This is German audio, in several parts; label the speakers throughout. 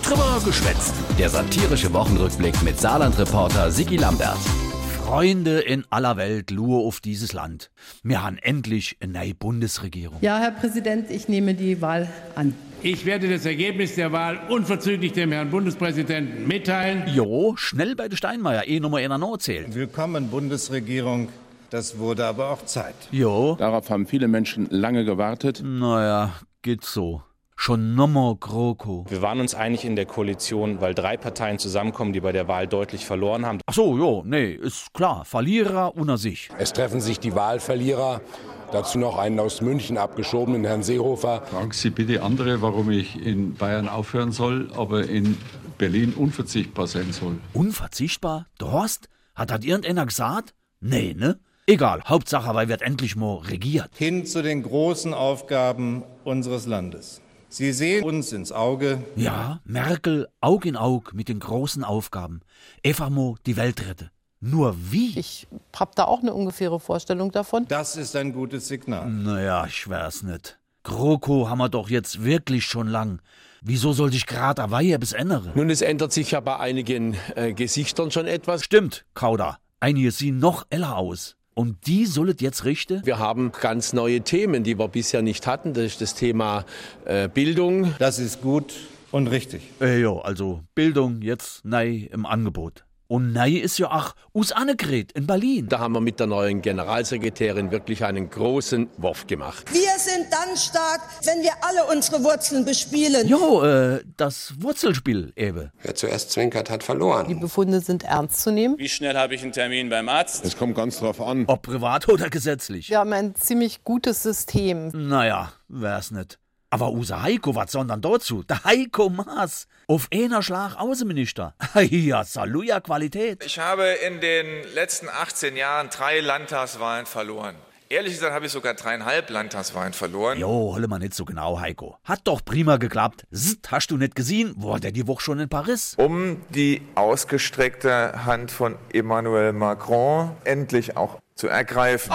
Speaker 1: Trimmer geschwätzt. Der satirische Wochenrückblick mit Saarland-Reporter Sigi Lambert.
Speaker 2: Freunde in aller Welt lur auf dieses Land. Wir haben endlich eine neue Bundesregierung.
Speaker 3: Ja, Herr Präsident, ich nehme die Wahl an.
Speaker 4: Ich werde das Ergebnis der Wahl unverzüglich dem Herrn Bundespräsidenten mitteilen.
Speaker 2: Jo, schnell bei der Steinmeier, eh Nummer in der Not zählt.
Speaker 5: Willkommen, Bundesregierung. Das wurde aber auch Zeit.
Speaker 2: Jo,
Speaker 6: Darauf haben viele Menschen lange gewartet.
Speaker 7: Hm.
Speaker 2: naja, geht so. Schon Nummer GroKo.
Speaker 7: Wir waren uns einig in der Koalition, weil drei Parteien zusammenkommen, die bei der Wahl deutlich verloren haben.
Speaker 2: Ach so, jo, nee, ist klar. Verlierer unter sich.
Speaker 8: Es treffen sich die Wahlverlierer, dazu noch einen aus München abgeschobenen Herrn Seehofer.
Speaker 9: Fragen Sie bitte andere, warum ich in Bayern aufhören soll, aber in Berlin unverzichtbar sein soll.
Speaker 2: Unverzichtbar? Der Horst? Hat das irgendeiner gesagt? Nee, ne? Egal, Hauptsache, weil wird endlich mal regiert.
Speaker 5: Hin zu den großen Aufgaben unseres Landes. Sie sehen uns ins Auge.
Speaker 2: Ja, Merkel Aug in Aug mit den großen Aufgaben. Einfach mal die Welt rette. Nur wie?
Speaker 3: Ich habe da auch eine ungefähre Vorstellung davon.
Speaker 5: Das ist ein gutes Signal.
Speaker 2: Naja, ich weiß nicht. GroKo haben wir doch jetzt wirklich schon lang. Wieso sollte ich grad Hawaii bis E? ändere?
Speaker 10: Nun, es ändert sich ja bei einigen äh, Gesichtern schon etwas.
Speaker 2: Stimmt, Kauder. Einige sehen noch eller aus. Und die sollet jetzt richten?
Speaker 10: Wir haben ganz neue Themen, die wir bisher nicht hatten. Das ist das Thema äh, Bildung.
Speaker 5: Das ist gut und richtig.
Speaker 2: Äh, jo, also Bildung jetzt nei im Angebot. Und nei ist ja ach, us Annegret in Berlin.
Speaker 10: Da haben wir mit der neuen Generalsekretärin wirklich einen großen Wurf gemacht.
Speaker 11: Wir sind dann stark, wenn wir alle unsere Wurzeln bespielen.
Speaker 2: Jo, äh, das Wurzelspiel, Ebe.
Speaker 8: Wer zuerst zwinkert, hat
Speaker 3: Die
Speaker 8: verloren.
Speaker 3: Befunde sind ernst zu nehmen.
Speaker 7: Wie schnell habe ich einen Termin beim Arzt?
Speaker 6: Es kommt ganz drauf an.
Speaker 2: Ob privat oder gesetzlich.
Speaker 3: Wir haben ein ziemlich gutes System.
Speaker 2: Naja, wär's nicht. Aber unser Heiko, was soll denn dazu? Der Heiko Maas. Auf einer Schlag Außenminister. ja, saluja Qualität.
Speaker 12: Ich habe in den letzten 18 Jahren drei Landtagswahlen verloren. Ehrlich gesagt habe ich sogar dreieinhalb Landtagswahlen verloren.
Speaker 2: Jo, holle mal nicht so genau, Heiko. Hat doch prima geklappt. Zzt, hast du nicht gesehen? War der die Woche schon in Paris?
Speaker 12: Um die ausgestreckte Hand von Emmanuel Macron endlich auch zu ergreifen.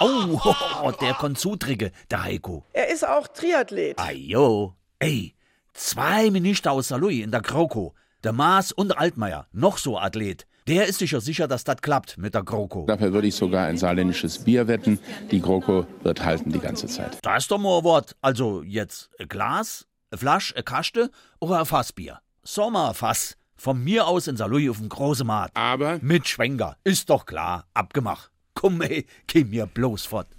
Speaker 2: Oh, der kann zutricke, der Heiko.
Speaker 11: Er ist auch Triathlet.
Speaker 2: Ah, jo. Ey, zwei Minister aus Salui in der GroKo. Der Maas und der Altmaier. Noch so Athlet. Der ist sicher sicher, dass das klappt mit der GroKo.
Speaker 6: Dafür würde ich sogar ein saarländisches Bier wetten. Die GroKo wird halten die ganze Zeit.
Speaker 2: Da ist doch mal ein Wort. Also jetzt ein Glas, eine Flasche, eine Kaste oder ein Fassbier. Sommerfass. Von mir aus in Salui auf dem großen
Speaker 12: Ah.
Speaker 2: Markt.
Speaker 6: Aber
Speaker 2: Mit Schwenker. Ist doch klar. Abgemacht. Komm, ey, geh mir bloß fort.